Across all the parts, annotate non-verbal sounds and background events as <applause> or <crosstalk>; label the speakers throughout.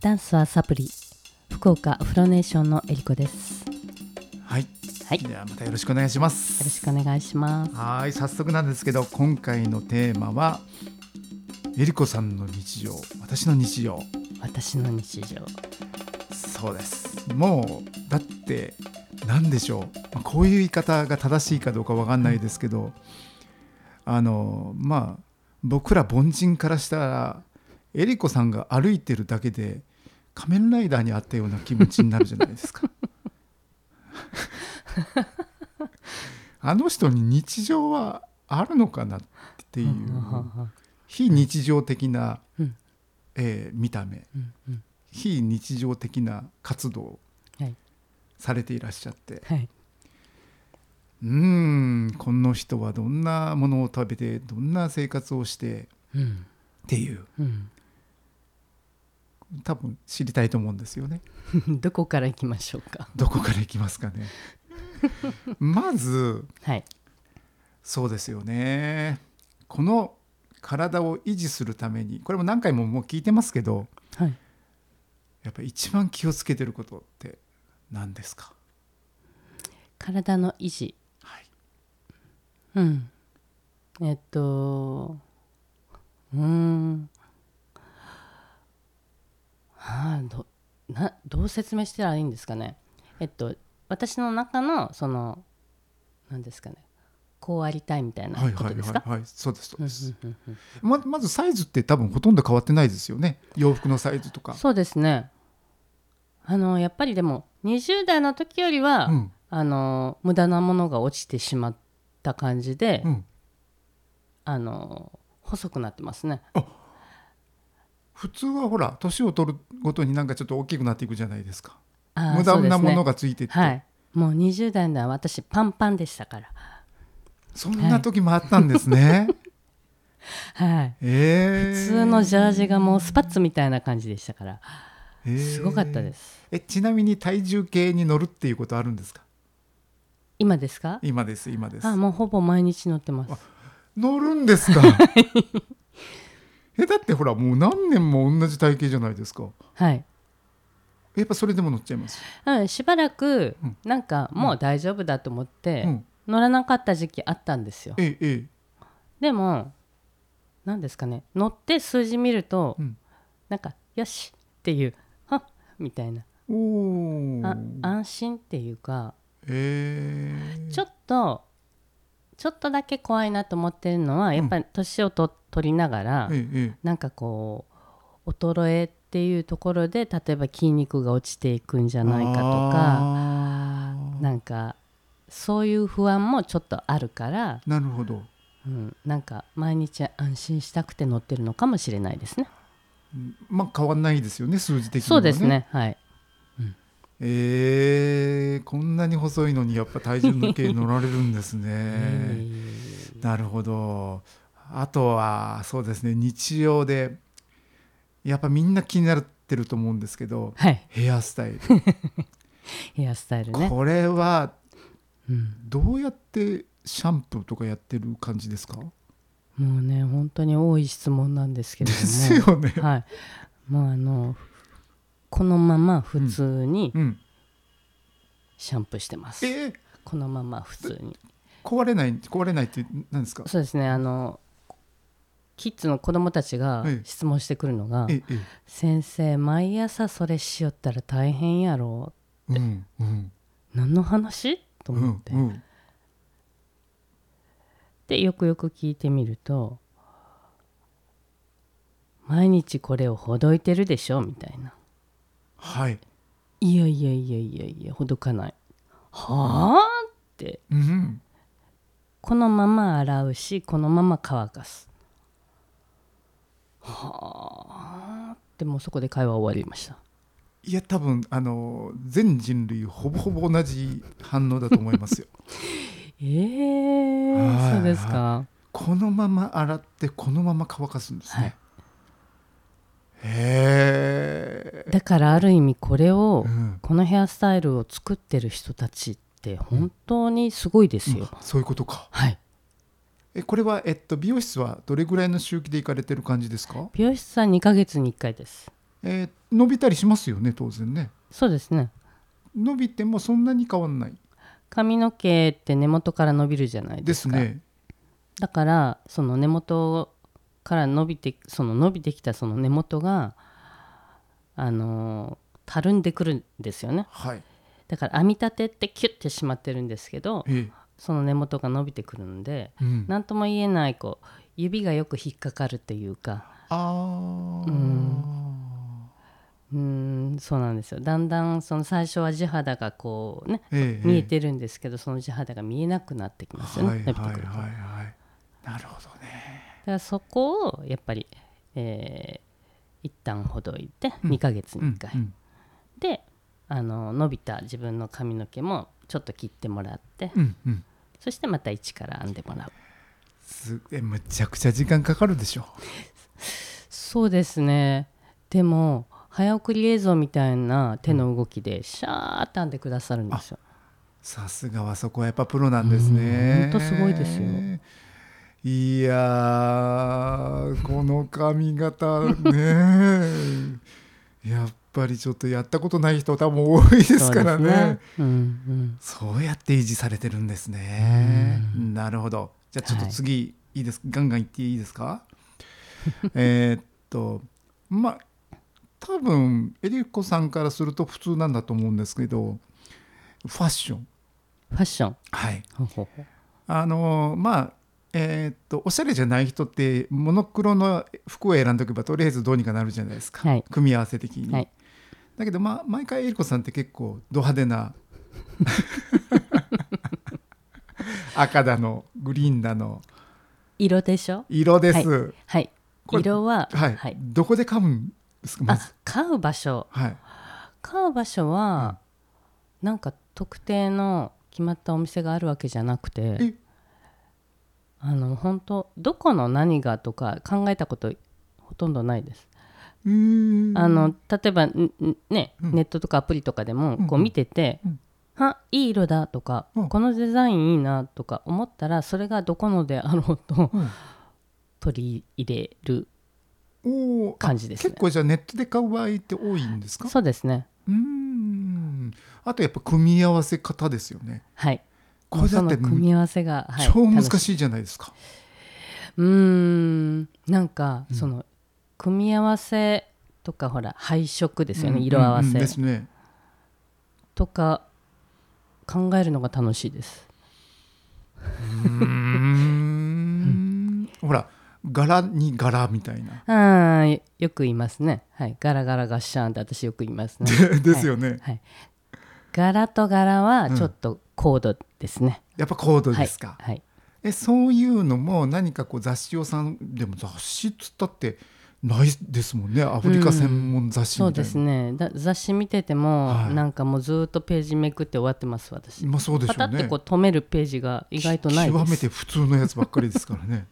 Speaker 1: ダンスはサプリ福岡フロネーションのえりこですよ
Speaker 2: はい。
Speaker 1: はい
Speaker 2: じゃあまたよろしくお願いします。
Speaker 1: ろしくお願いします
Speaker 2: はい、早速なんですけど、今回のテーマは。えりこさんの日常、私の日常。
Speaker 1: 私の日常
Speaker 2: そうです。もう、だって、なんでしょう。まあこういう言い方が正しいかどうかわかんないですけど。あの、まあ、僕ら凡人からしたら。えりこさんが歩いてるだけで。仮面ライダーにあったような気持ちになるじゃないで
Speaker 1: <laughs>
Speaker 2: すか。あの人に日常はあるのかなっていう非日常的な、
Speaker 1: うん
Speaker 2: えー見た目
Speaker 1: うんうん
Speaker 2: 非日常的な活動を
Speaker 1: はい
Speaker 2: されていらっしゃって
Speaker 1: はいう
Speaker 2: ーんこの人はどんなものを食べてどんな生活をして
Speaker 1: うん
Speaker 2: っていう
Speaker 1: う
Speaker 2: 多分知りたいと思うんですよね。
Speaker 1: ん <laughs> どこから行きましょうか
Speaker 2: どこからいきますか <laughs> ねまず
Speaker 1: はい
Speaker 2: そうですよねこの体を維持するためにこれも何回ももう聞いてますけど
Speaker 1: はい
Speaker 2: やっぱり一番気をつけてることって何ですか、
Speaker 1: 体の維持
Speaker 2: はい、
Speaker 1: うんえっとうーんはあどなどう説明したらいいんですかねえっと私の中のその何ですかねこうありたいみたいな
Speaker 2: はい
Speaker 1: こ
Speaker 2: は
Speaker 1: と
Speaker 2: い
Speaker 1: です
Speaker 2: は
Speaker 1: か
Speaker 2: い、はい、そうですそう
Speaker 1: うんう
Speaker 2: です、
Speaker 1: んうん
Speaker 2: ままずサイズって多分ほとんど変わってないですよね洋服のサイズと
Speaker 1: うん
Speaker 2: か
Speaker 1: そうですねあのやっぱりでも20代の時よりは、
Speaker 2: うん
Speaker 1: あの無駄なものが落ちてしまった感じで、
Speaker 2: うん
Speaker 1: あの細くなってますね
Speaker 2: 普通はほら年を取るごとになんかちょっと大きくなっていくじゃないですか
Speaker 1: あー
Speaker 2: 無
Speaker 1: そ
Speaker 2: 駄
Speaker 1: うです
Speaker 2: な
Speaker 1: ね
Speaker 2: ものがついてってそ,、
Speaker 1: はい、もう20代のは私パンパンでしたから、
Speaker 2: んな時もあったんですね、
Speaker 1: はい、
Speaker 2: え
Speaker 1: 普
Speaker 2: ー、
Speaker 1: 通のジャージがもうスパッツみたいな感じでしたからすごかったですす
Speaker 2: えちなみに体重計に乗るっていうことあるんですか
Speaker 1: 今ですか
Speaker 2: 今です今です
Speaker 1: あもうほぼ毎日乗ってます
Speaker 2: 乗るんです
Speaker 1: <laughs>
Speaker 2: かえだってほらもう何年も同じ体型じゃないですか
Speaker 1: はい、
Speaker 2: やっぱそれでも乗っちゃいます、
Speaker 1: うん、しばらく
Speaker 2: うん
Speaker 1: なんかもう大丈夫だと思っ
Speaker 2: う
Speaker 1: て
Speaker 2: ん、
Speaker 1: 乗らなかった時期あったんですよ
Speaker 2: えええ
Speaker 1: でも何ですかね乗って数字見ると
Speaker 2: うん
Speaker 1: なんか「よし!」っていう「はっ!」みたいな
Speaker 2: えおお
Speaker 1: あ安心っていうか
Speaker 2: ええ
Speaker 1: ちょっとちょっとだけ怖いなと思ってるのはやっぱり年をと取りながら、
Speaker 2: ええ
Speaker 1: なんかこう衰えっていうところで例えば筋肉が落ちていくんじゃないかとか
Speaker 2: あー
Speaker 1: なんかそういう不安もちょっとあるから、
Speaker 2: なるほど
Speaker 1: うん、なんか毎日安心したくて乗ってるのかもしれないですね。
Speaker 2: うんまあ変わんないですよね数字的には
Speaker 1: そうですねはい
Speaker 2: ええこんなに細いのにやっぱ体重の計乗られるんですねなるほど。あとはそうですね日常でやっぱみんな気になってると思うんですけど
Speaker 1: はい
Speaker 2: ヘアスタイル、
Speaker 1: ヘアスタイルね、
Speaker 2: これは
Speaker 1: うん、
Speaker 2: どうやってシャンプーとかやってる感じですか
Speaker 1: もうね本当に多い質問なんですけ
Speaker 2: で
Speaker 1: れども
Speaker 2: すよね。
Speaker 1: はい、もうあのこのまま普通に
Speaker 2: うん、
Speaker 1: シャンプーしてます、
Speaker 2: えー
Speaker 1: このまま普通に
Speaker 2: 壊れない壊れないって何ですか
Speaker 1: そうですねあのキッズの子供たちが
Speaker 2: はい
Speaker 1: 質問してくるのが
Speaker 2: えええ
Speaker 1: 「先生毎朝それしよったら大変やろ
Speaker 2: えうんうん
Speaker 1: 何の話?」と
Speaker 2: う
Speaker 1: 思っ
Speaker 2: ん
Speaker 1: て、
Speaker 2: うん
Speaker 1: でよくよく聞いてみると「毎日これをほどいてるでしょ」みたいな
Speaker 2: はい。
Speaker 1: 「いやいやいやいやいやほどかない」はあって
Speaker 2: うん
Speaker 1: このまま洗うしこのまま乾かすはあでもうそこで会話終わりました
Speaker 2: いや多分あの全人類ほぼほぼ同じ反応だと思
Speaker 1: <laughs>
Speaker 2: いますよ。
Speaker 1: ええ
Speaker 2: はい
Speaker 1: そうですか
Speaker 2: このまま洗ってこのまま乾かすんですね、
Speaker 1: はい
Speaker 2: へえ、
Speaker 1: だからある意味これを、
Speaker 2: うん
Speaker 1: このヘアスタイルを作ってる人たちって本当にすごいですよ、
Speaker 2: そういうことか
Speaker 1: はい
Speaker 2: えこれは、えっと、美容室はどれぐらいの周期で行かれてる感じですか
Speaker 1: 美容室さん2ヶ月に1回です
Speaker 2: えー伸びたりしますよね当然ね
Speaker 1: そうですね
Speaker 2: 伸びてもそんなに変わんない
Speaker 1: 髪の毛って根元から伸びるじゃない
Speaker 2: で
Speaker 1: です
Speaker 2: す
Speaker 1: か
Speaker 2: ね
Speaker 1: だからその根元から伸びてその伸びてきたその根元があのたるんでくるんですよね
Speaker 2: はい、
Speaker 1: だから編み立てってキュッてしまってるんですけど
Speaker 2: ええ
Speaker 1: その根元が伸びてくるので
Speaker 2: うん、
Speaker 1: 何とも言えないこう指がよく引っかかるっていうか
Speaker 2: あ
Speaker 1: う
Speaker 2: ー
Speaker 1: んうーんそうなんですよだんだんその最初は地肌がこうね
Speaker 2: ええ
Speaker 1: 見えてるんですけどその地肌が見えなくなってきますよ
Speaker 2: は
Speaker 1: ね
Speaker 2: い
Speaker 1: 伸
Speaker 2: は
Speaker 1: びてく
Speaker 2: いはい
Speaker 1: るとだか
Speaker 2: はいなるほどね
Speaker 1: らそこをやっぱり、えー一旦ほどいて
Speaker 2: うん
Speaker 1: 2ヶ月に1回、
Speaker 2: うんうん
Speaker 1: であの伸びた自分の髪の毛もちょっと切ってもらって、
Speaker 2: うんうん
Speaker 1: そしてまた一から編んでもらう
Speaker 2: すえむちゃくちゃ時間かかるでしょ
Speaker 1: そうですねでも早送り映像みたいな手の動きでシャーって編んでくださるんですよ
Speaker 2: さすがはそこはやっぱプロなんです
Speaker 1: う
Speaker 2: ね
Speaker 1: んほんとすごいですよ
Speaker 2: いやーこの髪型
Speaker 1: <laughs>
Speaker 2: ねやっぱりちょっとやったことない人多分多いですから
Speaker 1: そ
Speaker 2: ねそう
Speaker 1: うですねうんうん
Speaker 2: やって維持されてるんですね、なるほどじゃあちょっと次、い、いですガンガンいっていいで
Speaker 1: <laughs>
Speaker 2: すかえーっとまあ多分エリコさんからすると普通なんだと思うんですけどファッション
Speaker 1: ファッション
Speaker 2: はい
Speaker 1: ほうほうほう
Speaker 2: あのまあえーっとおしゃれじゃない人ってモノクロの服を選んでおけばとりあえずどうにかなるじゃないですか、
Speaker 1: はい
Speaker 2: 組み合わせ的に、
Speaker 1: はい
Speaker 2: だけど、まあ、毎回えりこさんって結構ド派手な赤だのグリーンだの
Speaker 1: 色でしょ
Speaker 2: 色です、
Speaker 1: はい
Speaker 2: これ
Speaker 1: 色は、
Speaker 2: はいどこで噛むんですかま
Speaker 1: あ
Speaker 2: ず、
Speaker 1: 買う場所
Speaker 2: はい、
Speaker 1: 買う場所は、なんか特定の決まったお店があるわけじゃなくて
Speaker 2: え
Speaker 1: あの本当どこの何がとか考えたことほとんどないです、
Speaker 2: うーん
Speaker 1: あの例えばんんね、
Speaker 2: うん
Speaker 1: ネットとかアプリとかでも
Speaker 2: うん
Speaker 1: こう見てて、
Speaker 2: うん
Speaker 1: あいい色だとか、
Speaker 2: うん
Speaker 1: このデザインいいなとか思ったらそれがどこのであろうと、
Speaker 2: うん
Speaker 1: 取り入れる
Speaker 2: おーあ
Speaker 1: 感じですね
Speaker 2: 結構じゃあネットで買う場合って多いんですか
Speaker 1: そうですね
Speaker 2: うーんあとやっぱ組み合わせ方ですよね。
Speaker 1: はい
Speaker 2: これだ
Speaker 1: そ
Speaker 2: っ
Speaker 1: の
Speaker 2: て
Speaker 1: 組み合わせが、はい、
Speaker 2: 超難
Speaker 1: 楽
Speaker 2: しいじゃないですか。
Speaker 1: うーんなんか、
Speaker 2: うん
Speaker 1: その組み合わせとかほら配色ですよね、
Speaker 2: うん
Speaker 1: 色合わ
Speaker 2: うんうんです
Speaker 1: せ <laughs>
Speaker 2: ね。
Speaker 1: とか考えるのが楽しいです
Speaker 2: うーんほら柄に柄みたいな。
Speaker 1: あーよく言いますねはいガラガラガッシャンって私よく言いますね <laughs>
Speaker 2: <laughs> ですよね、
Speaker 1: はい柄と柄はちょっと高度ですね、
Speaker 2: やっぱコードですか、
Speaker 1: はい
Speaker 2: えそういうのも何かこう雑誌をさんでも雑誌っつったってないですもんねアフリカ専門雑誌
Speaker 1: そう
Speaker 2: みたいな、
Speaker 1: ですねだ雑誌見てても、
Speaker 2: はい
Speaker 1: なんかもうずーっとページめくって終わってます私
Speaker 2: まあそうでし
Speaker 1: パ
Speaker 2: ょ
Speaker 1: タ
Speaker 2: う
Speaker 1: って
Speaker 2: ね
Speaker 1: こう止めるページが意外とないです
Speaker 2: 極めて普通のやつばっかりですから
Speaker 1: <laughs>
Speaker 2: ね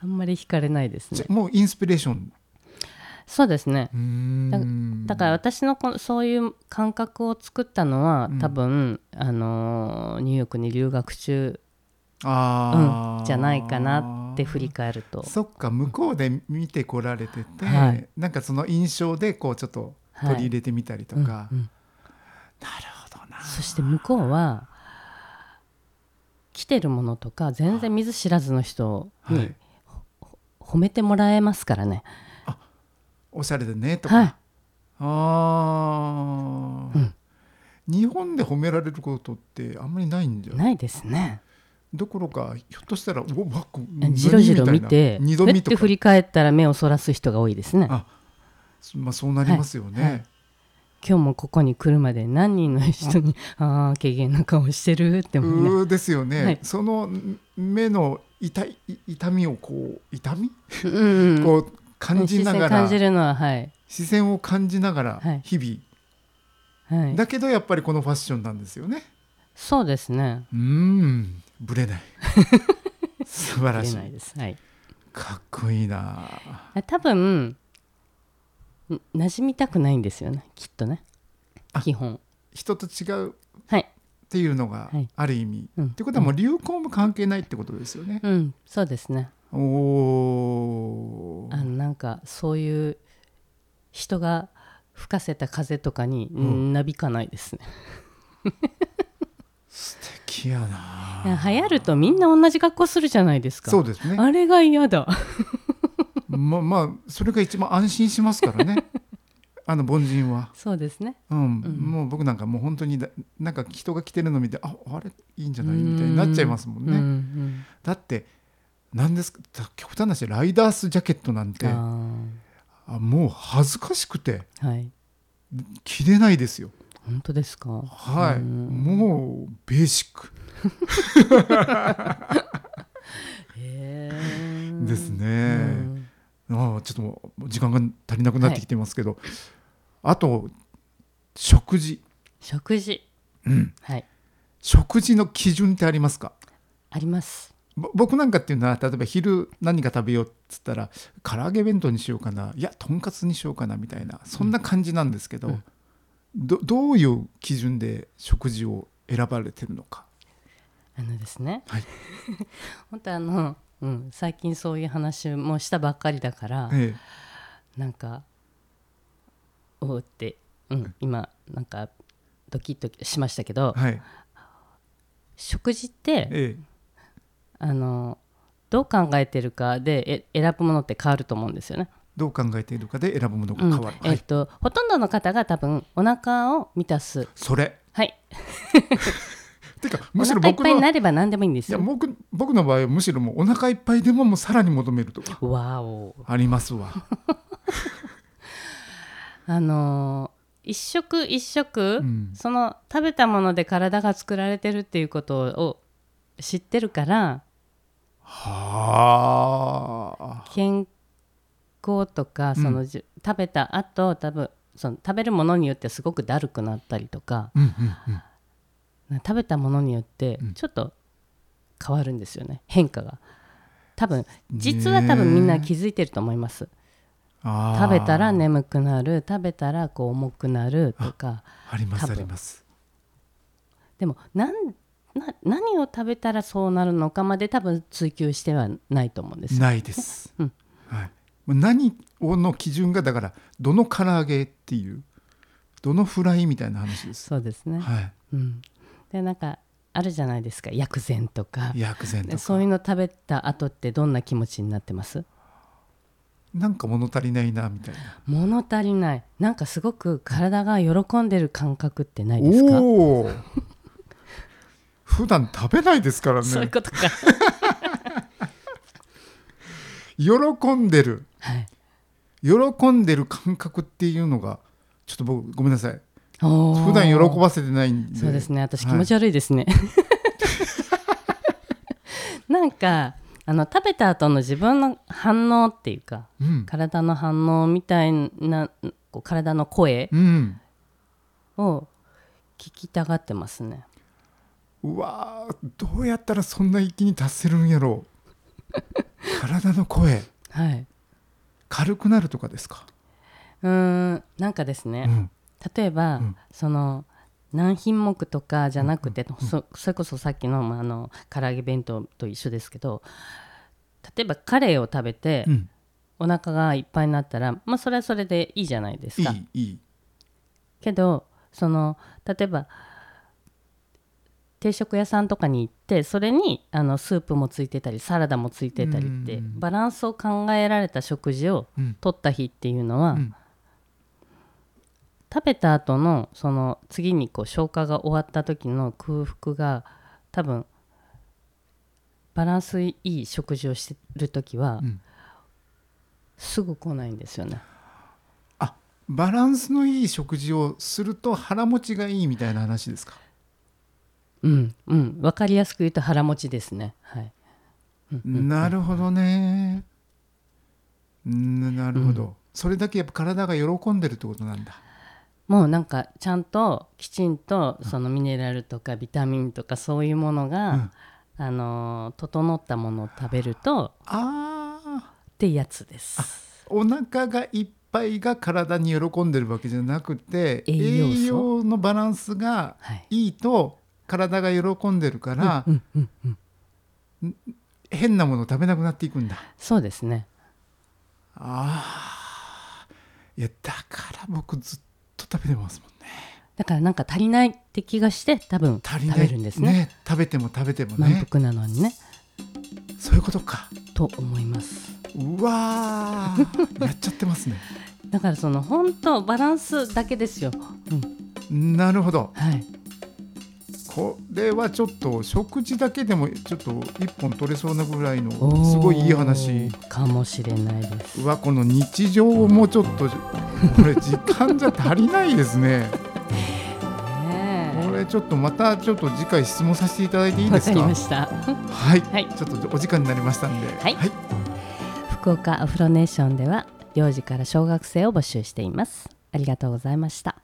Speaker 1: あんまり惹かれないです
Speaker 2: じゃ
Speaker 1: ね
Speaker 2: あもうインスピレーション
Speaker 1: そうですね
Speaker 2: うーん
Speaker 1: だから私のこのそういう感覚を作ったのは、
Speaker 2: うん
Speaker 1: 多分、あのーニューヨークに留学中、
Speaker 2: あ
Speaker 1: う
Speaker 2: ー
Speaker 1: ん、じゃないかなって振り返ると
Speaker 2: そっか向こうで見てこられてて、
Speaker 1: はい
Speaker 2: なんかその印象でこうちょっと取り入れてみたりとか、
Speaker 1: うんうん
Speaker 2: なるほどな
Speaker 1: そして向こうは来てるものとか全然見ず知らずの人
Speaker 2: は
Speaker 1: に
Speaker 2: い、
Speaker 1: 褒めてもらえますからね、
Speaker 2: おしゃれだねとか、
Speaker 1: はい、
Speaker 2: あー、
Speaker 1: うん
Speaker 2: 日本で褒められることってあんまりないんだよ
Speaker 1: ないですね
Speaker 2: どころかひょっとしたら「おわこ
Speaker 1: じろじろ見
Speaker 2: 何
Speaker 1: て
Speaker 2: みたいな二度
Speaker 1: ふ
Speaker 2: 見
Speaker 1: っ
Speaker 2: と
Speaker 1: て
Speaker 2: か
Speaker 1: 振り返ったら目をそらす人が多いですね
Speaker 2: あまあ、そうなりますよね、
Speaker 1: はいはい今日もここに来るまで何人の人に「ああー軽減な顔してる」って思いながら
Speaker 2: うーですよね、
Speaker 1: はい
Speaker 2: その目の痛い痛みをこう痛み、
Speaker 1: うんうん
Speaker 2: こう感じながら
Speaker 1: 感じるのははい、
Speaker 2: 視線を感じながら
Speaker 1: はい
Speaker 2: 日々、
Speaker 1: はい、
Speaker 2: だけどやっぱりこのファッションなんですよね
Speaker 1: そうですね
Speaker 2: うーんぶ
Speaker 1: <laughs>
Speaker 2: れない素晴ら
Speaker 1: 見
Speaker 2: し
Speaker 1: え
Speaker 2: い
Speaker 1: ないです、はい、
Speaker 2: かっこいいな
Speaker 1: 多分ん馴染みたくないんですよねきっとね
Speaker 2: あ
Speaker 1: 基本
Speaker 2: 人と違うっ
Speaker 1: はい
Speaker 2: ていうのが
Speaker 1: はい
Speaker 2: ある意味、
Speaker 1: うん
Speaker 2: ってことはもう流行も関係ないってことですよね、
Speaker 1: うんそうですね
Speaker 2: おお
Speaker 1: あのなんかそういう人が吹かせた風とかに
Speaker 2: うん
Speaker 1: なびかないですね、
Speaker 2: 素敵やない
Speaker 1: や流行るとみんな同じ格好するじゃないですか
Speaker 2: そうですね
Speaker 1: あれが嫌だ
Speaker 2: ままあそれが一番安心しますから
Speaker 1: <laughs>
Speaker 2: ねあの凡人は、
Speaker 1: そうですね
Speaker 2: うん
Speaker 1: うん
Speaker 2: もう僕なんかもう本当にだなんか人が来てるの見てああれいいんじゃないみたいになっちゃいますもんね、
Speaker 1: うんうん
Speaker 2: だって何ですかだ極端な話ライダースジャケットなんてあ
Speaker 1: あ
Speaker 2: もう恥ずかしくて
Speaker 1: ーはい
Speaker 2: 着れないですよ
Speaker 1: 本当ですか
Speaker 2: はい
Speaker 1: うん
Speaker 2: もうベーシック
Speaker 1: へー
Speaker 2: ですね、
Speaker 1: うん
Speaker 2: ああちょっともう時間が足りなくなってきてますけど、あと食事
Speaker 1: 食事、はい
Speaker 2: 食事の基準ってありますか
Speaker 1: あります
Speaker 2: ぼ僕なんかっていうのは例えば昼何か食べようっつったら唐揚げ弁当にしようかないやとんかつにしようかなみたいなそんな感じなんですけど、
Speaker 1: うん
Speaker 2: どどういう基準で食事を選ばれてるのか。
Speaker 1: あのですね、
Speaker 2: はい
Speaker 1: <laughs> 本当あの、うん、最近そういう話もしたばっかりだから、
Speaker 2: え
Speaker 1: なんかおおって、うん、今なんかドキッとしましたけど
Speaker 2: え、はい
Speaker 1: 食事って
Speaker 2: ええ
Speaker 1: あのどう考えてるかでえ選ぶものって変わると思うんですよね。
Speaker 2: どう考えているかで選ぶものが
Speaker 1: うん
Speaker 2: 変わる。
Speaker 1: え
Speaker 2: は
Speaker 1: っ
Speaker 2: い、
Speaker 1: とほとんどの方が多分お腹を満たす
Speaker 2: それ
Speaker 1: はい
Speaker 2: てか
Speaker 1: お
Speaker 2: むしろ
Speaker 1: 腹いっ
Speaker 2: 僕
Speaker 1: ぱいに
Speaker 2: のい
Speaker 1: なれば何でもいいんです
Speaker 2: や
Speaker 1: よ。
Speaker 2: 僕僕の場合はむしろもうお腹いっぱいでももうさらに求めるとか
Speaker 1: わお
Speaker 2: ありますわ。
Speaker 1: あのー一食一食、
Speaker 2: <laughs> うん
Speaker 1: その食べたもので体が作られてるっていうことを知ってるから
Speaker 2: はあ。
Speaker 1: 健康とか
Speaker 2: うん
Speaker 1: そのじゅ、食べた後多分その食べるものによってすごくだるくなったりとか
Speaker 2: うんうんうん。
Speaker 1: 食べたものによって
Speaker 2: うん
Speaker 1: ちょっと変わるんですよね変化が多分実は
Speaker 2: ねえ
Speaker 1: 多分みんな気づいてると思います、
Speaker 2: あー
Speaker 1: 食べたら。眠くなる食べたらこう重くなるとか
Speaker 2: ありま
Speaker 1: 多
Speaker 2: すあ
Speaker 1: 分
Speaker 2: ります。
Speaker 1: でもなんな何を食べたらそうなるのかまで多分追求してはないと思うんですよ。
Speaker 2: ないです。
Speaker 1: うん
Speaker 2: はい。何をの基準がだからどの唐揚げっていうどのフライみたいな話です。
Speaker 1: そうですね、
Speaker 2: は
Speaker 1: うん、でなんかあるじゃないですか薬膳とか
Speaker 2: い。薬膳とか。
Speaker 1: そういうの食べた後ってどんな気持ちになってます
Speaker 2: なんか物足りないなみたいな。
Speaker 1: 物足りないなんかすごく体が喜んでる感覚ってないですか、
Speaker 2: おおー。 <laughs> 普段食べないですから
Speaker 1: <laughs> そういう
Speaker 2: ね。
Speaker 1: ことか
Speaker 2: 喜んでる
Speaker 1: はい
Speaker 2: 喜んでる感覚っていうのがちょっと僕ごめんなさい。
Speaker 1: おー
Speaker 2: <laughs> 普段喜ばせてないんで。
Speaker 1: そうですね私
Speaker 2: はい
Speaker 1: 気持ち悪いですね、 <laughs> なんかあの食べた後の自分の反応っていうか
Speaker 2: うん。
Speaker 1: 体の反応みたいなこう体の声
Speaker 2: うん。
Speaker 1: を聞きたがってますね
Speaker 2: うわーどうやったらそんな一気に達せるんやろ
Speaker 1: <laughs>
Speaker 2: う体の声
Speaker 1: はい
Speaker 2: 軽くなるとかですか、
Speaker 1: うーんなんかですね、
Speaker 2: うん
Speaker 1: 例えば、
Speaker 2: うん
Speaker 1: その何品目とかじゃなくて、そそれこそさっきの,、まあ、あの唐揚げ弁当と一緒ですけど例えばカレーを食べて、
Speaker 2: うん、
Speaker 1: お腹がいっぱいになったら、まあ、それはそれでいいじゃないです
Speaker 2: い
Speaker 1: か。
Speaker 2: いいい
Speaker 1: けどその例えば定食屋さんとかに行ってそれにあのスープもついてたりサラダもついてたりって
Speaker 2: うん
Speaker 1: バランスを考えられた食事を
Speaker 2: うん
Speaker 1: 取った日っていうのは、
Speaker 2: うん
Speaker 1: 食べた後のその次にこう消化が終わった時の空腹が多分バランスいい食事をしてる時は、
Speaker 2: うん
Speaker 1: すぐ来ないんですよね。
Speaker 2: あバランスのいい食事をすると腹持ちがいいみたいな話ですか、
Speaker 1: うんうん、分かりやすく言うと腹持ちですね。はい、
Speaker 2: なるほどねうんなるほど、それだけやっぱ体が喜んでるってことなんだ
Speaker 1: もうなんかちゃんときちんとそのミネラルとかビタミンとかそういうものが、あのー整ったものを食べると
Speaker 2: ああ
Speaker 1: ってやつです。
Speaker 2: お腹がいっぱいが体に喜んでるわけじゃなくて
Speaker 1: 栄養素
Speaker 2: 栄養のバランスが
Speaker 1: はい、
Speaker 2: いいと体が喜んでるから、
Speaker 1: うんうんうん、
Speaker 2: 変なもの食べなくなっていくんだ
Speaker 1: そうですね。
Speaker 2: あーいやだ僕ずっと食べてますもんね
Speaker 1: だからなんか足りないって気がして多分
Speaker 2: 足りな
Speaker 1: 食
Speaker 2: い
Speaker 1: べるんですね
Speaker 2: 食べても食べても
Speaker 1: 満
Speaker 2: ね
Speaker 1: 腹なのにね
Speaker 2: そういうことか
Speaker 1: と思います
Speaker 2: うわーやっちゃってますね
Speaker 1: だからその本当バランスだけですよ、うん、
Speaker 2: なるほど
Speaker 1: はい
Speaker 2: これはちょっと食事だけでもちょっと一本取れそうなぐらいの
Speaker 1: おー
Speaker 2: すごいいい話
Speaker 1: かもしれないです
Speaker 2: うわこの日常をもうちょっとこれ時間じゃ足りないですね
Speaker 1: ねえ
Speaker 2: これちょっとまたちょっと次回質問させていただいていい
Speaker 1: わ
Speaker 2: です
Speaker 1: か
Speaker 2: か
Speaker 1: りました
Speaker 2: はい、
Speaker 1: はい
Speaker 2: ちょっとお時間になりましたんで
Speaker 1: はい
Speaker 2: はい、
Speaker 1: 福岡アフロネーションでは幼児から小学生を募集していますありがとうございました